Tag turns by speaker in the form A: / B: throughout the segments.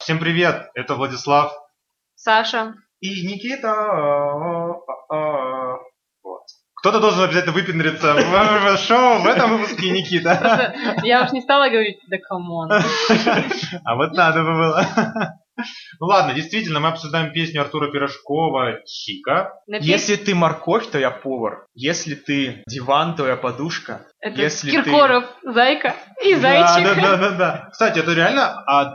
A: Всем привет! Это Владислав
B: Саша,
A: и Никита. Вот. Кто-то должен обязательно выпендриться в шоу в этом выпуске Никита.
B: я уж не стала говорить, да камон.
A: А вот надо бы было. Ну ладно, действительно, мы обсуждаем песню Артура Пирожкова «Чика».
B: Напи-
C: Если ты морковь, то я повар. Если ты диван, то я подушка.
B: Это
C: если
B: Киркоров, Зайка и
A: Да,
B: Зайчик.
A: да, да, да, да. Кстати, это реально от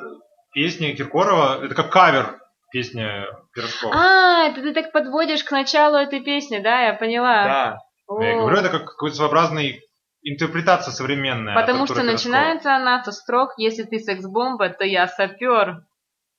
A: песни Киркорова, это как кавер песни Пирожкова.
B: А, это ты так подводишь к началу этой песни, да, я поняла.
C: Да.
B: О,
A: Я говорю, это как какой-то своеобразный интерпретация современная. от
B: Потому
A: Артура
B: что
A: Пирожкова.
B: начинается она со строк «Если ты секс-бомба, то я сапер».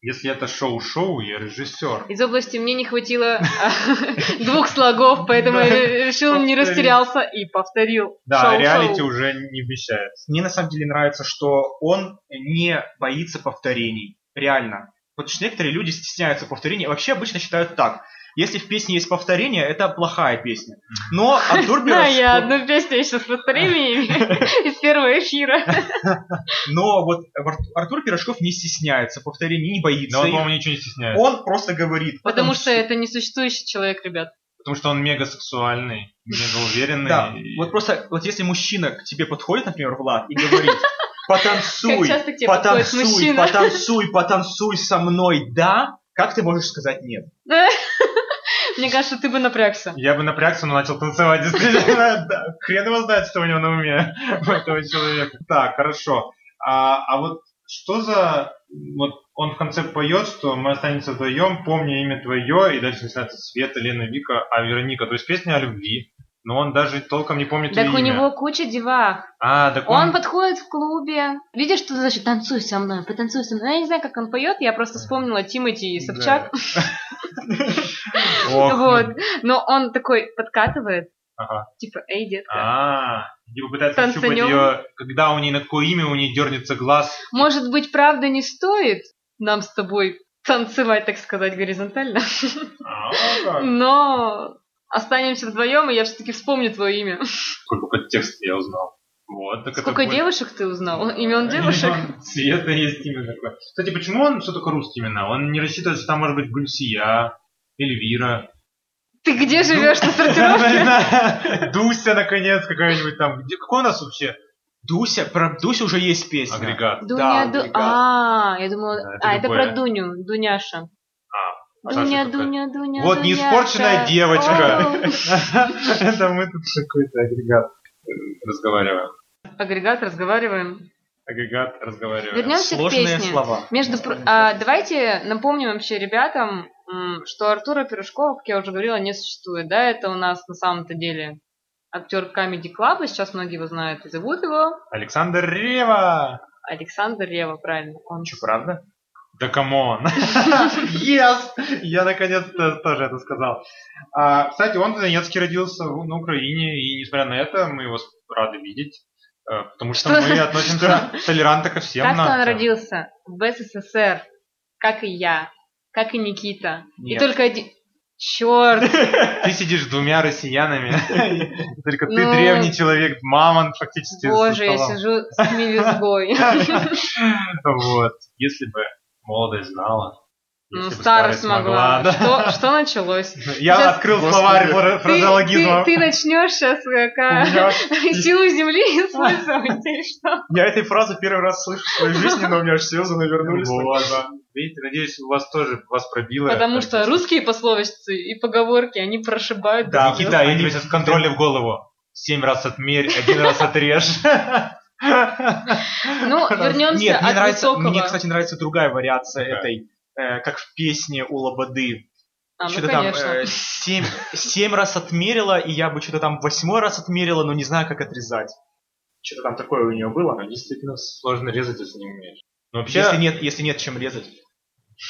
A: Если это шоу-шоу, я режиссер.
B: Из области мне не хватило а, двух слогов, поэтому я решил не
C: Повторить.
B: растерялся и повторил.
A: Да,
B: Шоу-шоу.
A: реалити уже не обещает.
C: Мне на самом деле нравится, что он не боится повторений. Реально. Потому что некоторые люди стесняются повторений. Вообще обычно считают так. Если в песне есть повторение, это плохая песня. Но Артур
B: Да, я
C: Пирожков...
B: одну песню еще с повторениями из первого эфира.
C: Но вот Арту- Артур Пирожков не стесняется повторений, не боится.
A: Но он,
C: их.
A: по-моему, ничего не стесняется.
C: Он просто говорит.
B: Потому что это несуществующий человек, ребят.
A: Потому что он мега сексуальный, мега уверенный.
C: Да,
A: И-
C: вот просто, вот если мужчина к тебе подходит, например, Влад, и говорит,
B: Как
C: потанцуй,
B: часто к тебе подходит
C: потанцуй,
B: мужчина?
C: потанцуй, потанцуй со мной, да, как ты можешь сказать нет?
B: Мне кажется, ты бы напрягся.
A: Я бы напрягся, но начал танцевать, действительно. Да, Хрен его знает, что у него на уме, у этого человека. Так, хорошо. А, а вот что за... Вот он в конце поет, что мы останемся вдвоем, помни имя твое, и дальше начинается Света, Лена, Вика, а Вероника. То есть песня о любви, но он даже толком не помнит
B: Так
A: ее
B: у
A: имя.
B: него куча девах.
A: А, так он...
B: Он подходит в клубе. Видишь, что значит танцуй со мной, потанцуй со мной. Ну, Я не знаю, как он поет, я просто вспомнила Тимати и Собчак.
A: Да. Ох, ну,
B: Вот. Но он такой подкатывает,
A: Ага.
B: типа, эй, детка.
A: А, типа пытается
B: Танцанем.
A: щупать ее, когда у нее на какое имя у нее дернется глаз.
B: Может быть, правда не стоит нам с тобой танцевать, так сказать, горизонтально,
A: А, вот так.
B: но останемся вдвоем, и я все-таки вспомню твое имя.
A: Сколько подтекста я узнал. Вот, так это
B: Сколько
A: будет. Ну, а,
B: девушек ты узнал? Имен девушек?
A: Имен Света есть имя такое. Кстати, почему он все только русские имена? Он не рассчитывает, что там может быть Гульсия, Эльвира.
B: Ты где живешь на
A: Ну,
B: сортировке?
A: Дуся, наконец, какая-нибудь там. Где- Какой у нас вообще
C: Дуся, про Дуся уже есть песня.
A: агрегат?
B: Дуня,
C: Да,
B: Ду-
C: Дуня.
B: А, я думала...
A: Да, это
B: А, это
A: любое.
B: про Дуню, Дуняша.
A: А,
B: Дуня,
A: Саша какая?
B: Дуня, Дуня,
A: Вот не
B: Дуняша.
A: испорченная девочка.
B: Оу.
A: Это мы тут какой-то агрегат э, разговариваем.
B: Агрегат, разговариваем.
A: Агрегат разговариваем.
B: Вернемся к
C: Сложные
B: песне.
C: слова.
B: Между, пр- а, давайте напомним вообще ребятам, м, что Артура Пирожкова, как я уже говорила, не существует. Да, это у нас на самом-то деле актер Comedy Club, сейчас многие его знают и зовут его
A: Александр Рева!
B: Александр Рева, правильно. Он
C: Че, правда?
A: Да камон! Yes! Я наконец-то тоже это сказал. А, Кстати, он в Донецке родился в- на Украине, и несмотря на это, мы его с- рады видеть. э, Потому что
B: Что?
A: мы относимся толерантно ко всем
B: Как-то он
A: нациям.
B: родился в СССР, как и я, как и Никита. И
C: Нет.
B: только один... Черт!
A: Ты сидишь с двумя россиянами. Только ты
B: Ну,
A: древний человек, мамонт фактически. за
B: Боже, я
A: столом.
B: сижу с мелюзгой.
C: Типа
A: Вот. Если бы молодость знала.
B: Ну,
A: если бы
B: старость могла.
A: да.
B: Что, что началось?
A: Я
B: Сейчас-
A: открыл
C: Господи.
A: словарь фра-
B: Ты, ты,
A: фразеологизмов.
B: ты начнешь сейчас
C: У меня-
B: силу земли использовать или что?
C: Я этой фразу первый раз слышу в своей жизни, но у меня аж слезы навернулись.
A: Вот, да. Ну Видите, надеюсь, у вас тоже вас пробило.
B: Потому
A: Так,
B: что русские пословицы и поговорки, они прошибают.
A: Да,
B: до слез.
A: Никита, я тебе сейчас контроли в голову. Семь раз отмерь, один раз отрежь.
B: Ну, вернемся
C: Нет, мне
B: от
C: нравится,
B: высокого.
C: мне, кстати, нравится другая вариация
A: Какая?
C: этой, э, как в песне у Лободы.
B: А, ну,
C: что-то там
B: конечно.
C: э, семь, семь раз отмерила, и я бы что-то там восьмой раз отмерила, но не знаю, как отрезать. Что-то там такое у нее было.
A: Действительно сложно резать, если не умеешь. Но Ну, вообще,
C: Если нет, если нет чем резать.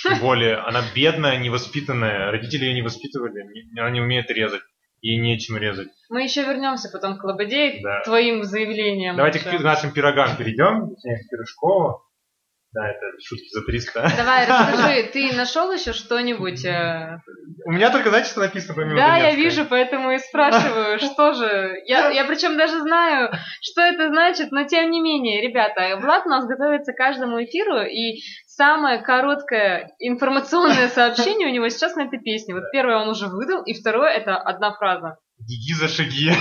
A: тем более, она бедная, невоспитанная. Родители ее не воспитывали, не- она не умеет резать. Ей нечем резать.
B: Мы еще вернемся потом к Лободе и к
A: Да.
B: твоим заявлениям.
A: Давайте
B: еще.
A: к пи- нашим пирогам перейдем. Точнее, к Пирожкову. Да, это шутки за 300.
B: Давай, расскажи, ты нашел еще что-нибудь? э?
A: У меня только, знаете, что написано
C: Ну,
A: помимо
B: Да, я
A: Донецка?
B: вижу, поэтому и спрашиваю, что же. Я, я причем даже знаю, что это значит, но тем не менее, ребята, Влад у нас готовится к каждому эфиру, и Самое короткое информационное сообщение у него сейчас на этой песне. Вот первое он уже выдал, и второе это одна фраза.
A: Беги за шаги.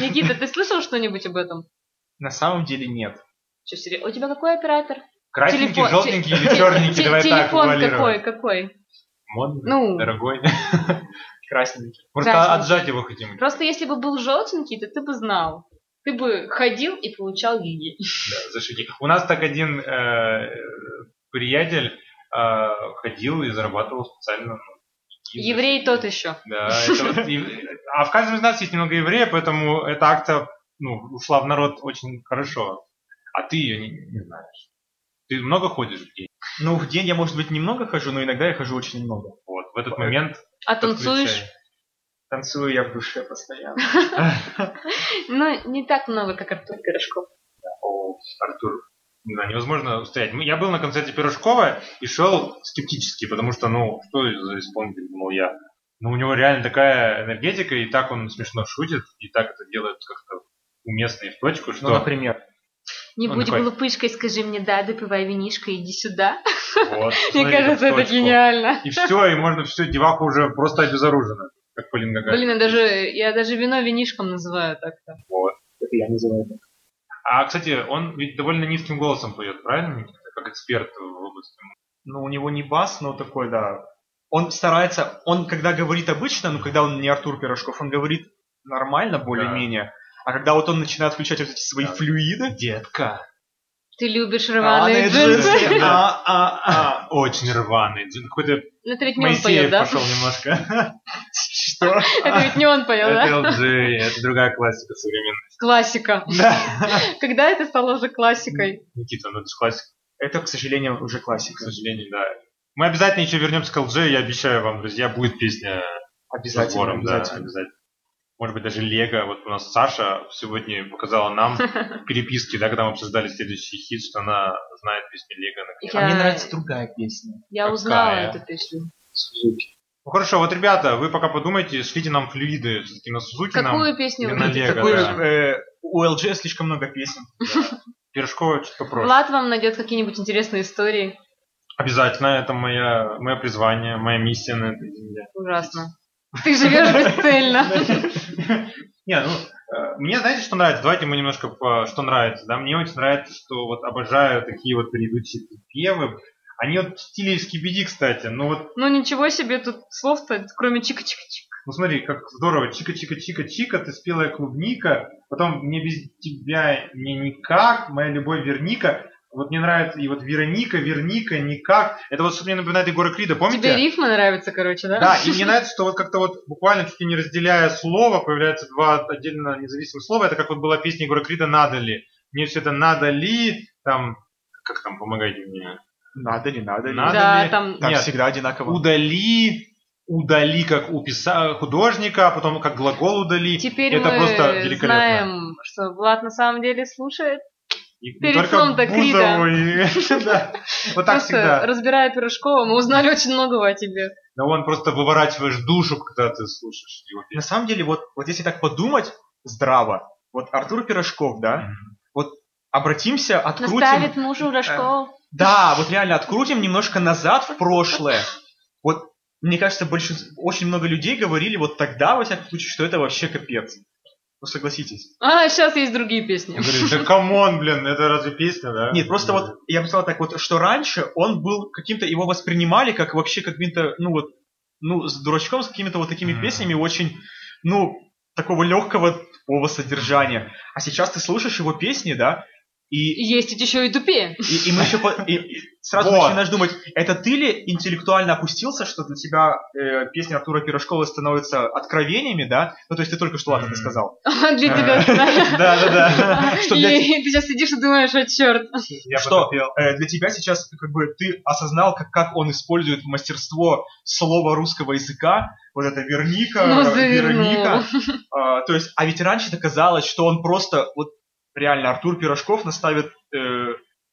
B: Никита, ты слышал что-нибудь об этом?
C: На самом деле нет.
B: Чё, серьё- У тебя какой оператор?
A: Красненький,
B: Телефон-
A: желтенький или черненький,
B: Те-
A: давай так
B: Телефон какой,
A: вуалируем.
B: какой?
A: Модный,
B: Ну.
A: дорогой.
C: Красненький.
A: Просто
B: Красненький.
A: отжать его хотим.
B: Просто если бы был желтенький, то ты бы знал. Ты бы ходил и получал гиги.
A: Да, за шаги. У нас так один э, приятель э, ходил и зарабатывал специально. ну, деньги.
B: Еврей тот еще.
A: Да, это вот ев- а в каждом из нас есть немного еврея, поэтому эта акция ну, ушла в народ очень хорошо. А ты ее не, не знаешь. Ты много ходишь в день.
C: Ну, в день я, может быть, немного хожу, но иногда я хожу очень много.
A: Вот, в этот момент
B: А танцуешь?
A: подключай.
C: Танцую я в душе постоянно.
B: Ну, не так много, как Артур Пирожков.
A: О, Артур, не знаю, невозможно устоять. Мы- Я был на концерте Пирожкова и шел скептически, потому что, ну, что за исполнитель, думал я. Ну, у него реально такая энергетика, и так он смешно шутит, и так это делает как-то уместно и в точку, что...
C: Ну, например.
B: Не
A: Он
B: будь
A: такой-
B: глупышкой, скажи мне да, допивай винишко, иди сюда.
A: вот,
B: Мне
A: смотри,
B: кажется,
A: в
B: это
A: точку.
B: гениально.
A: И все, и можно все, деваха уже просто обезоружена, как Полин Гагарин.
B: Блин, я даже, я даже вино винишком называю так-то.
C: Это я называю так.
A: А, кстати, он ведь довольно низким голосом поет, правильно, Никита? Как эксперт в области.
C: Ну, у него не бас, но такой, да. Он старается, он когда говорит обычно, ну, когда он не Артур Пирожков, он говорит нормально, более-менее. А когда вот он начинает включать вот эти свои
A: Да.
C: флюиды...
A: Детка.
B: Ты любишь
A: А,
B: рваные джинсы.
A: джинсы.
C: А, а, а.
A: Очень рваный. Дин- Какой-то
B: Ну, это ведь не он
A: Моисеев
B: поет, да?
A: пошел немножко.
C: Что?
B: Это ведь не он поет, да?
A: Это LG, это другая классика современная.
B: Классика. Когда это стало уже классикой?
A: Никита, ну это же классика,
C: Это, к сожалению, уже
A: к
C: классика.
A: сожалению, да. Мы обязательно еще вернемся к LG, я обещаю вам, друзья, будет песня с
C: Обязательно,
A: разбором, да,
C: обязательно.
A: обязательно. Может быть, даже Лего. Вот у нас Саша сегодня показала нам в переписке, да, когда мы обсуждали следующий хит, что она знает песни Лего.
C: А
B: Я-
C: мне нравится другая песня.
B: Я узнала
A: Какая?
B: эту песню.
C: Сузуки.
A: Ну хорошо, вот, ребята, вы пока подумайте, шлите нам флюиды все-таки на Сузуки нам.
B: Какую песню
A: не
B: вы
A: на
B: хотите
A: Лего,
C: Такой,
B: послушать?
A: да.
C: э, у LG слишком много песен.
A: Пирожкова что-то проще.
B: Влад вам найдет какие-нибудь интересные истории.
A: Обязательно, это моя, мое призвание, моя миссия на этой земле.
B: Ужасно. Ты живешь бесцельно.
A: Не, ну, э, мне знаете, что нравится? Давайте мы немножко по... Что нравится, да? Мне очень нравится, что вот обожаю такие вот предыдущие певы. Они вот в стиле скибиди, кстати. Ну вот,
B: Ну ничего себе, тут слов-то, кроме чика-чика-чика.
A: ну смотри, как здорово. Чика-чика-чика-чика, ты спелая клубника. Потом мне без тебя не никак, моя любовь верника. Вот мне нравится и вот Вероника, Верника, никак. Это вот что мне напоминает Егора Крида, помните?
B: Тебе рифмы нравятся, короче, да?
A: Да, и мне нравится, что вот как-то вот буквально чуть ли не разделяя слово, появляются два отдельно независимых слова. Это как вот была песня Егора Крида «Надо ли?». Мне все это «надо ли?», там, как там, помогайте мне,
C: Надо, не надо. не
A: Надо.
B: Да,
A: ли?
B: там...
C: Там
A: Нет.
C: всегда одинаково.
A: «удали», «удали» как у писа- художника, а потом как глагол «удали».
B: Теперь
A: это
B: мы
A: просто великолепно.
B: знаем, что Влад на самом деле слушает.
A: И не
B: перед
A: только
B: сном-то Крида.
A: Бузову и- да. Вот так
B: Просто
A: всегда.
B: разбирая Пирожкова, мы узнали очень многого о тебе.
A: Да он просто выворачиваешь душу, когда ты слушаешь его
C: На
A: песню.
C: самом деле, вот, вот если так подумать, здраво. Вот Артур Пирожков, да? Обратимся, открутим...
B: Наставит мужу
A: Э.
B: Рожков.
C: Да, вот реально открутим немножко назад в прошлое. Вот, мне кажется, большинство, очень много людей говорили вот тогда, во всяком случае, что это вообще капец. Ну, согласитесь.
B: А, сейчас есть другие песни.
A: Я говорю, да камон, блин, это разве песня, да?
C: Нет, просто вот я бы сказал так вот, что раньше он был каким-то, его воспринимали как вообще каким-то, ну вот, ну, с дурачком, с какими-то вот такими
A: Мгм.
C: песнями очень, ну, такого легкого тупого содержания. А сейчас ты слушаешь его песни, да, и
B: Есть ведь еще и тупее.
C: И, и мы еще по- и- и сразу
A: Вот.
C: начинаешь думать, это ты ли интеллектуально опустился, что для тебя э, песня Артура Пирожкова становится откровениями, да? Ну, то есть ты только что ладно, ты
A: Мгм.
C: сказал.
B: А Для тебя.
A: Да, Э, да,
C: Что для, те-
B: И ты сейчас сидишь и думаешь, о черт.
A: да. Я
C: Что?
A: потопил.
C: э, для тебя сейчас как бы ты осознал, как, как он использует мастерство слова русского языка, вот это
A: Э,
C: верника,
B: Ну, завернул.
C: верника. А, то есть, а ведь раньше это казалось, что он просто вот реально Артур Пирожков наставит э,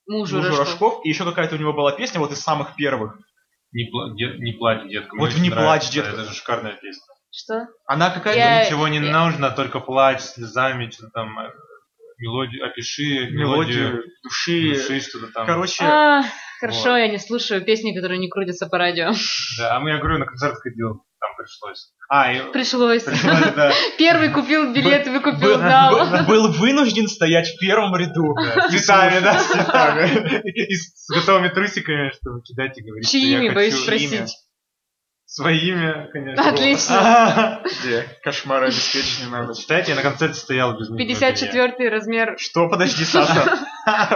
B: Мужу
C: мужу
B: Рожков.
C: Рожков, и еще какая-то у него была песня вот из самых первых.
A: Не, пла- де- не плачь, детка. Мне
C: Вот
A: очень
C: «Не
A: нравится,
C: плачь, детка».
A: Это же шикарная песня.
B: Что?
C: Она какая-то
B: Я-
A: Ничего не
B: я-
A: нужно, только плачь слезами, что-то там, э, мелодию, опиши мелодию,
C: мелодию, души.
A: души, что-то там.
C: Короче,
B: А, Хорошо, я не слушаю песни, которые не крутятся по радио.
A: Да, а мы, я говорю, на концерт ходил, там пришлось. А, и...
B: Пришлось.
A: Пришлось, да.
B: Первый купил билет, выкупил,
C: Был,
B: дал.
C: был- был вынужден стоять в первом ряду.
A: Да, С цветами, да, с цветами. И с с готовыми трусиками, чтобы кидать и говорить, что я
B: Чьими,
A: хочу
B: боюсь
A: имя.
B: спросить.
A: Своими, конечно.
B: Отлично.
C: Где? Кошмары обеспечены на ночь.
A: Считайте, я на концерте стоял без них.
B: 54 размер.
C: Что, подожди, Саша.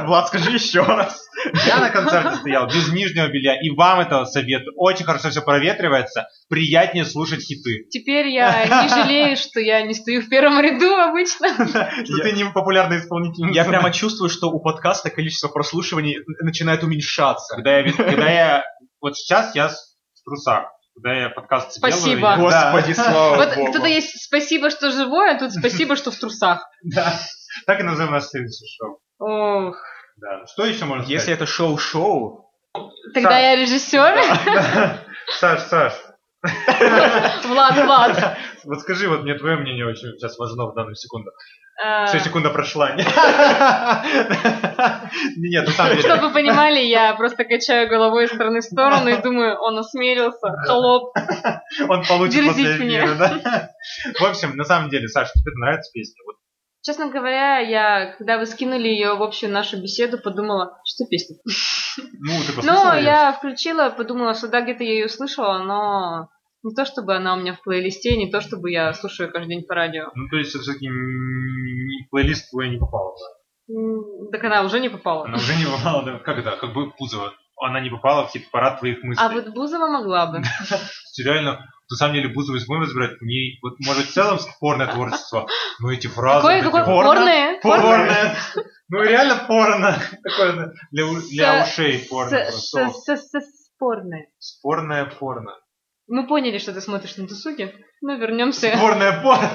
C: Влад, скажи еще раз.
A: Я на концерте стоял без нижнего белья, и вам этого советую. Очень хорошо все проветривается, приятнее слушать хиты.
B: Теперь я не жалею, что я не стою в первом ряду обычно.
A: Что
C: Я-
A: ты не популярный исполнительница.
C: Я прямо чувствую, что у подкаста количество прослушиваний начинает уменьшаться.
A: Когда я, вид- когда я- вот сейчас я с- в трусах, когда я подкаст делаю,
B: Спасибо.
A: я-
C: Господи,
A: Да.
C: слава
B: Вот
C: богу.
B: тут есть спасибо, что живое, а тут спасибо, что в трусах.
A: Да. Так и назовем наш следующий шоу.
B: Ох.
A: Да. Ну, Что еще можно
C: Если это шоу-шоу,
B: Тогда
A: Так.
B: я режиссер.
A: сказать? Саш, Саш,
B: Влад, Влад.
A: вот скажи, вот мне твое мнение очень сейчас важно в данную секунду.
B: Э,
A: Все, секунда прошла. Нет, на самом деле.
B: Чтобы вы понимали, я просто качаю головой из стороны в сторону и думаю, он осмелился, холоп.
A: Он получит
B: Дерзить
A: после
B: мне.
A: эфира, да? В общем, на самом деле, Саша, тебе нравится песня? Вот
B: Честно говоря, я, когда вы скинули ее в общую нашу беседу, подумала, что песня.
A: Ну, ты
B: Ну,
A: послушала её?
B: я включила, подумала, что да, где-то я ее услышала, но не то чтобы она у меня в плейлисте, не то чтобы я слушаю ее каждый день по радио.
A: Ну, то есть, все-таки плейлист твой не попал.
B: М, Так она уже не попала.
A: Она уже не попала, да. Как это? Как бы Бузова. Она не попала в хит-парад твоих мыслей.
B: А вот Бузова могла бы.
A: Реально, на самом деле, Бузова, если будем разбирать, у ней, вот, может, в целом спорное творчество, но эти фразы...
B: Какое
A: вот эти
B: какое
A: вот-
C: порно?
B: порное.
A: Порно. Ну, реально порно. Такое для, у- для
B: С-
A: ушей порно.
B: С- с- с- с- Спорное.
A: Спорное порно.
B: Мы поняли, что ты смотришь на досуге, но вернемся.
A: Спорное порно.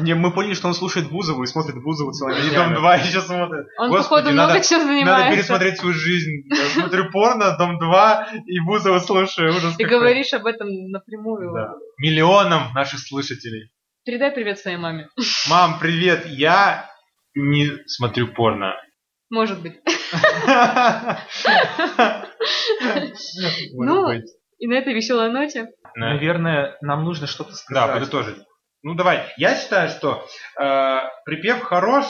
C: не, мы поняли, что он слушает Бузову и смотрит Бузову целыми
A: И дом
C: днями.
A: 2 еще смотрит.
B: Он,
A: Господи,
B: походу,
A: надо-
B: много чем
A: Надо
B: занимается.
A: пересмотреть свою жизнь. Я смотрю порно, дом 2 и Бузова слушаю. Ужас
B: Ты
A: какой.
B: говоришь об этом напрямую.
A: Да. Миллионам наших слушателей.
B: Передай привет своей маме.
A: Мам, привет, я не смотрю порно.
B: Может быть. Ну,
A: Может быть.
B: И на этой веселой ноте.
A: Да.
C: Наверное, нам нужно что-то
A: Да,
C: сказать.
A: подытожить. Ну давай, я считаю, что э, припев хорош,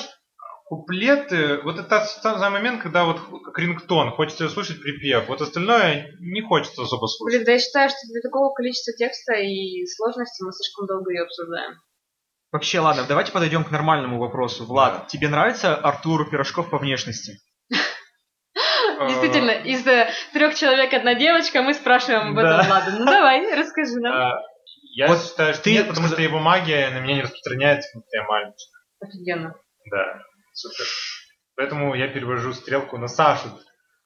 A: куплеты, вот это тот самый момент, когда вот х- как рингтон, хочется слушать припев, вот остальное не хочется особо слушать.
B: Блин, да я считаю, что для такого количества текста и сложности мы слишком долго ее обсуждаем.
C: Вообще, ладно, давайте подойдем к нормальному вопросу. Влад, тебе нравится Артур Пирожков по внешности?
A: Э,
B: Действительно, из э, трех человек одна девочка, мы спрашиваем об
A: Да.
B: этом Владу. Ну давай, расскажи
A: э,
B: нам.
A: я
C: Вот
A: считаю, что
C: ты
A: нет, потому
C: сказал-
A: что его магия на меня не распространяется, потому что я мальчик.
B: Офигенно.
A: Да, супер. Поэтому я перевожу стрелку на Сашу,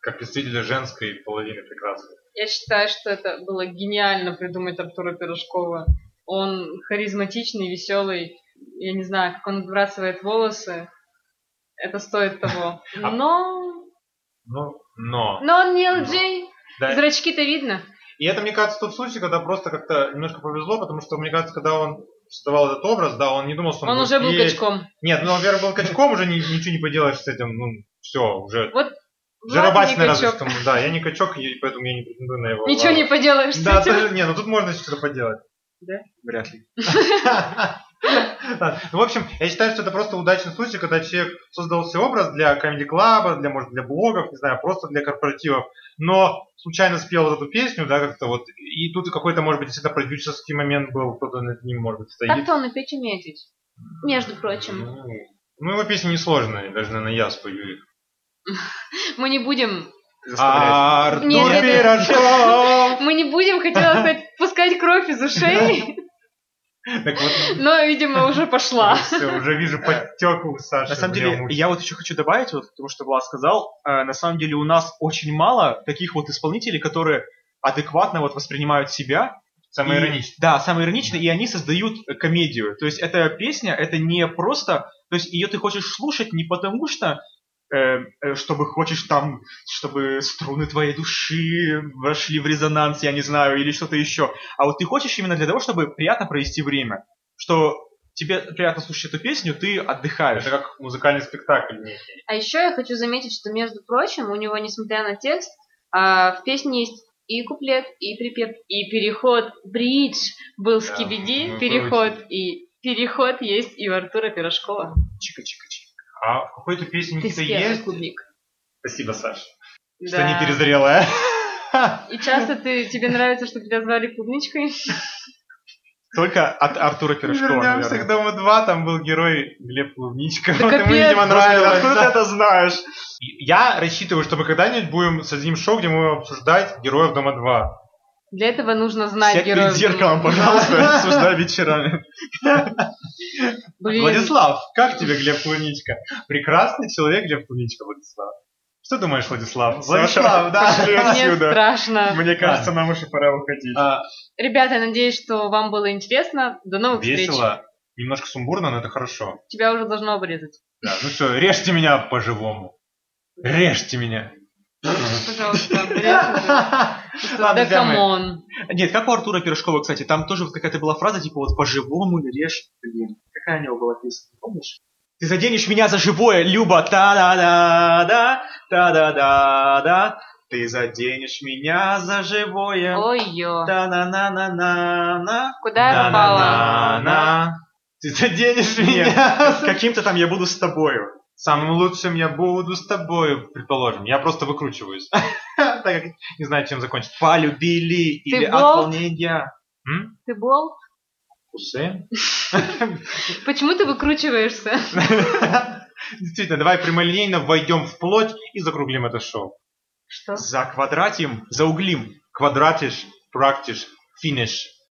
A: как представителя женской половины прекрасной.
B: Я считаю, что это было гениально придумать Артура Пирожкова. Он харизматичный, веселый. Я не знаю, как он отбрасывает волосы. Это стоит того.
A: А-
B: Но...
A: Ну, но...
B: Но он не LG.
A: Да,
B: Зрачки-то видно.
A: И это, мне кажется, тот случай, когда просто как-то немножко повезло, потому что, мне кажется, когда он создавал этот образ, да, он не думал, что он,
B: Он
A: будет
B: уже был
A: петь.
B: качком.
A: Нет, ну, во-первых, был качком, уже ни- ничего не поделаешь с этим, ну, все, уже.
B: Влад
A: Жаробасина
B: не
A: разве
B: качок.
A: что, ну, да, я не качок, и поэтому я не претендую на его.
B: Ничего не поделаешь с
A: Да,
B: этим.
A: тоже, не, ну тут можно ещё что-то поделать.
C: Вряд ли.
A: Да. Ну, В общем, я считаю, что это просто удачный случай, когда человек создал себе образ для комеди клаба, для, может, для блогов, не знаю, просто для корпоративов, но случайно спел вот эту песню, да, как-то вот, и тут какой-то, может быть, действительно продюсерский момент был, кто-то над ним, может быть, стоит.
B: Так-то он и печь умеет ведь. Между прочим,
A: Ну, Ну, его песни несложные, даже, наверное, я спою их.
B: мы не будем...
C: Заставляет.
B: Нет, это-
A: Пирожков!
B: Мы не будем, хотела сказать, пускать кровь из ушей,
A: Так вот,
B: но, видимо, уже пошла.
A: все, уже вижу подтек у Саши.
C: Э, На самом
A: мне
C: деле,
A: муж.
C: я вот еще хочу добавить, вот, потому что Влад сказал, э, на самом деле у нас очень мало таких вот исполнителей, которые адекватно вот воспринимают себя.
A: Самое
C: И-
A: ироничное.
C: Да, самые ироничные, и они создают э, комедию. То есть эта песня, это не просто... То есть ее ты хочешь слушать не потому что э, э, чтобы хочешь там, чтобы струны твоей души вошли в резонанс, я не знаю, или что-то еще. А вот ты хочешь именно для того, чтобы приятно провести время. Что тебе приятно слушать эту песню, ты отдыхаешь.
A: Это как музыкальный спектакль некий.
B: А еще я хочу заметить, что, между прочим, у него, несмотря на текст, а, в песне есть и куплет, и припев, и переход, бридж был с
A: Да, ну,
B: Кибиди,
A: мы
B: переход, и переход есть и у Артура Пирожкова.
C: Чика-чика-чика.
A: А в какой-то песне
B: Ты спелый
A: есть...
B: клубник.
A: Спасибо, Саша. Что
B: Да.
A: не перезрелая.
B: И часто ты, тебе нравится, что тебя звали клубничкой?
C: Только от Артура Пирожкова,
A: Вернемся
C: наверное.
A: к Дому 2, там был герой Глеб Клубничка.
B: Да
A: Вот ему,
B: капец,
A: видимо, нравилось.
C: Откуда
A: да.
C: ты это знаешь?
A: Я рассчитываю, что мы когда-нибудь будем создадим шоу, где мы будем обсуждать героев Дома 2.
B: Для этого нужно знать
C: Сядь
B: героев.
C: перед зеркалом, пожалуйста, обсуждай вечерами.
B: Блин,
A: Владислав, как тебе Глеб Клубничка? Прекрасный человек Глеб Клубничка, Владислав. Что думаешь, Владислав?
C: Саша,
A: Владислав,
C: пошли
A: да.
B: мне
C: отсюда.
B: страшно.
C: Мне кажется, нам уже пора уходить.
A: А,
B: Ребята, я надеюсь, что вам было интересно. До новых встреч.
A: Весело, немножко сумбурно, но это хорошо.
B: Тебя уже должно обрезать.
A: Да, ну все, режьте меня по-живому. Режьте меня.
B: Пожалуйста, обрежь уже.
C: Ладно,
B: Да
C: друзья мои.
B: камон.
C: Нет, как у Артура Пирожкова, кстати, там тоже вот какая-то была фраза, типа вот по-живому режь, блин. Какая у него была песня, помнишь? Ты заденешь меня за живое, Люба, та-да-да-да, та-да-да-да. Ты заденешь меня за живое,
B: Ой-ё.
C: та-на-на-на-на-на.
B: Куда я попала?
A: На-на-на-на. Ты заденешь меня.
C: Нет, каким-то там я буду с тобою.
A: Самым лучшим я буду с тобою, предположим. Я просто выкручиваюсь, так как не знаю, чем закончить.
C: Полюбили или
B: Ты болт?
C: отклонения.
A: М?
B: Ты бол?
A: Усы?
B: Почему ты выкручиваешься?
A: Действительно, давай прямолинейно войдем вплоть и закруглим это шоу.
B: Что?
C: За квадратием, за углим.
A: Квадратиш, практиш, финиш.